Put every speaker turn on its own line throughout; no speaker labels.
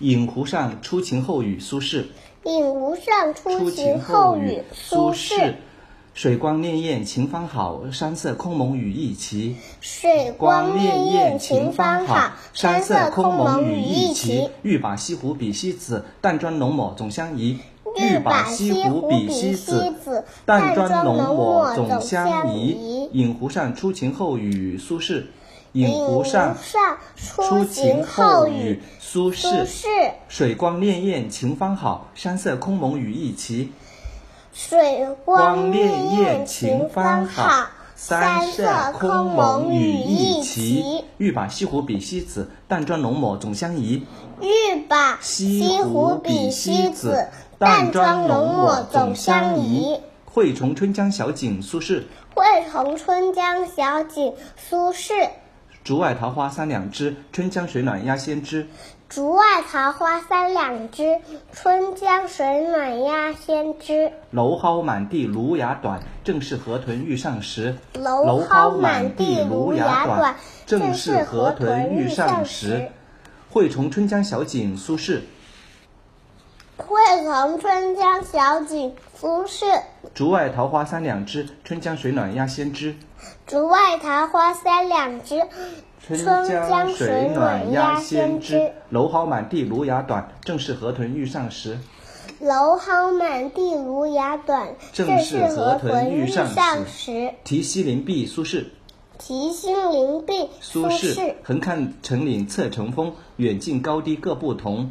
饮湖上初晴后雨苏轼。
饮湖上初晴
晴
后
雨
雨苏
轼
轼，。
水光潋滟晴方好，山色空蒙雨亦奇。
水光潋滟晴方好，山色空蒙雨亦奇。。
欲把西湖比西子，淡妆浓抹总相宜。
欲把西湖比西子，
淡
淡
妆
妆
浓抹
浓抹
总
总
相
相
宜
宜。
饮湖上初晴后雨苏轼。饮
饮湖
湖上
上
初
初
晴
晴
后
后
雨
雨
苏
苏
轼。
轼。
水光潋滟晴方好，山色空蒙雨亦奇。
水
光
光潋
潋
滟
滟
晴
晴方
方好
好，，
山
山
色
色
空
空
蒙
蒙
雨
雨
亦
亦
奇
奇。。欲把西湖比西子，淡妆浓抹总相宜。
欲把
西
西
湖
湖
比
比
西
西
子
子，，
淡
淡
妆浓
妆浓
抹
抹
总
总
相
相
宜
宜。。
惠崇春江小景，苏轼。
惠同春江小景，苏轼。
竹外桃花三两枝，春江水暖鸭先知。
竹外桃花三两枝，春江水暖鸭先知。
蒌蒿满地芦芽短，正是河豚欲上时。
蒌蒿满地芦芽短，
正
正
是河
是河
豚
豚
欲
欲
上
上
时
时。
惠崇春江小景，苏轼。
惠同春江小景，苏轼。
竹外桃花三两枝，春江水暖鸭先知。
竹外桃花三两枝，
春
春
江
江
水
水
暖
暖
鸭
鸭
先
先
知
知，
蒌蒿满地芦芽短，正是河豚欲上时。
蒌蒿满地芦芽短，
正
正
是
是
河
河
豚
豚
欲
欲
上
上
时
时。
题西林壁，苏轼。
题兴林壁，
苏
苏
轼
轼。
横看成岭侧成峰，远近高低各不同。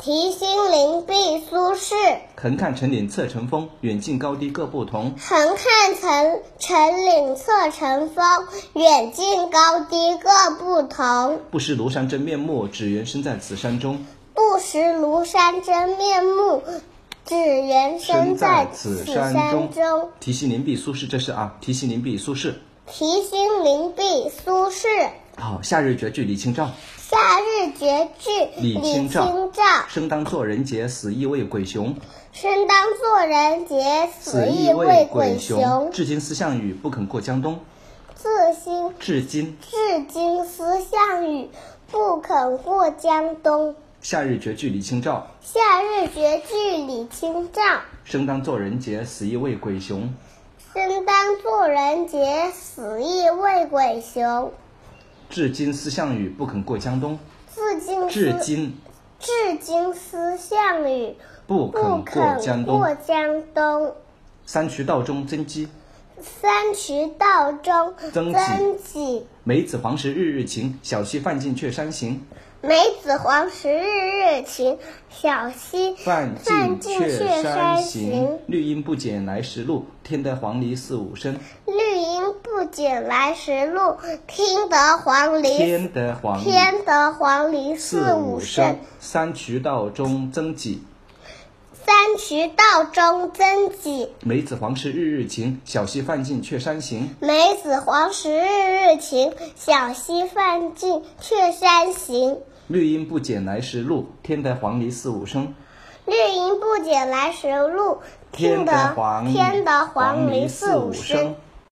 题兴林壁，苏轼。
横看成岭侧成峰，远近高低各不同。
横看成成岭侧成峰，远近高低各不同。
不识庐山真面目，只缘身在此山中。
不识庐山真面目，只缘身在
此
此
山
山
中
中。
题西林壁，苏轼，这是啊，题西林壁，苏轼。
题兴林壁，苏轼。
好，夏日绝句，李清照。
夏日绝句，
李
李
清
清
照
照。
生当作人杰，死亦为鬼雄。
生当作人杰，死亦
为
为鬼雄。
至今思项羽，不肯过江东。
自新
至今，
至今思项羽，不肯过江东。
夏日绝句，李清照。
夏日绝句，李清照。
生当作人杰，死亦为鬼雄。
生当作人杰，死亦为鬼雄。
至今思项羽，不肯过江东。
自今
至
思
今
至今思项羽，
不肯
不
过
肯
江东
过。江东。
三衢道中真迹，
三衢道中
曾几
曾几
梅子黄时日日晴。小溪泛尽却山行。
梅子黄时日日晴，小溪
泛尽却山
山
行，。绿阴不减来时路。听得黄鹂四五声，
绿阴不减来时路，听得黄鹂
天得黄鹂
天得黄鹂
四
四
五
五
声
声。。
三衢道中曾几，
三衢道中曾几，
梅子黄时日日晴。小溪泛尽却山行。
梅子黄时日日晴。小溪泛尽却山行。
绿阴不减来时路。听得黄鹂四五声，
绿阴不减来时路，
天
听
得
得
黄
天得
黄
黄
鹂
鹂
四
四
五
五
声
声。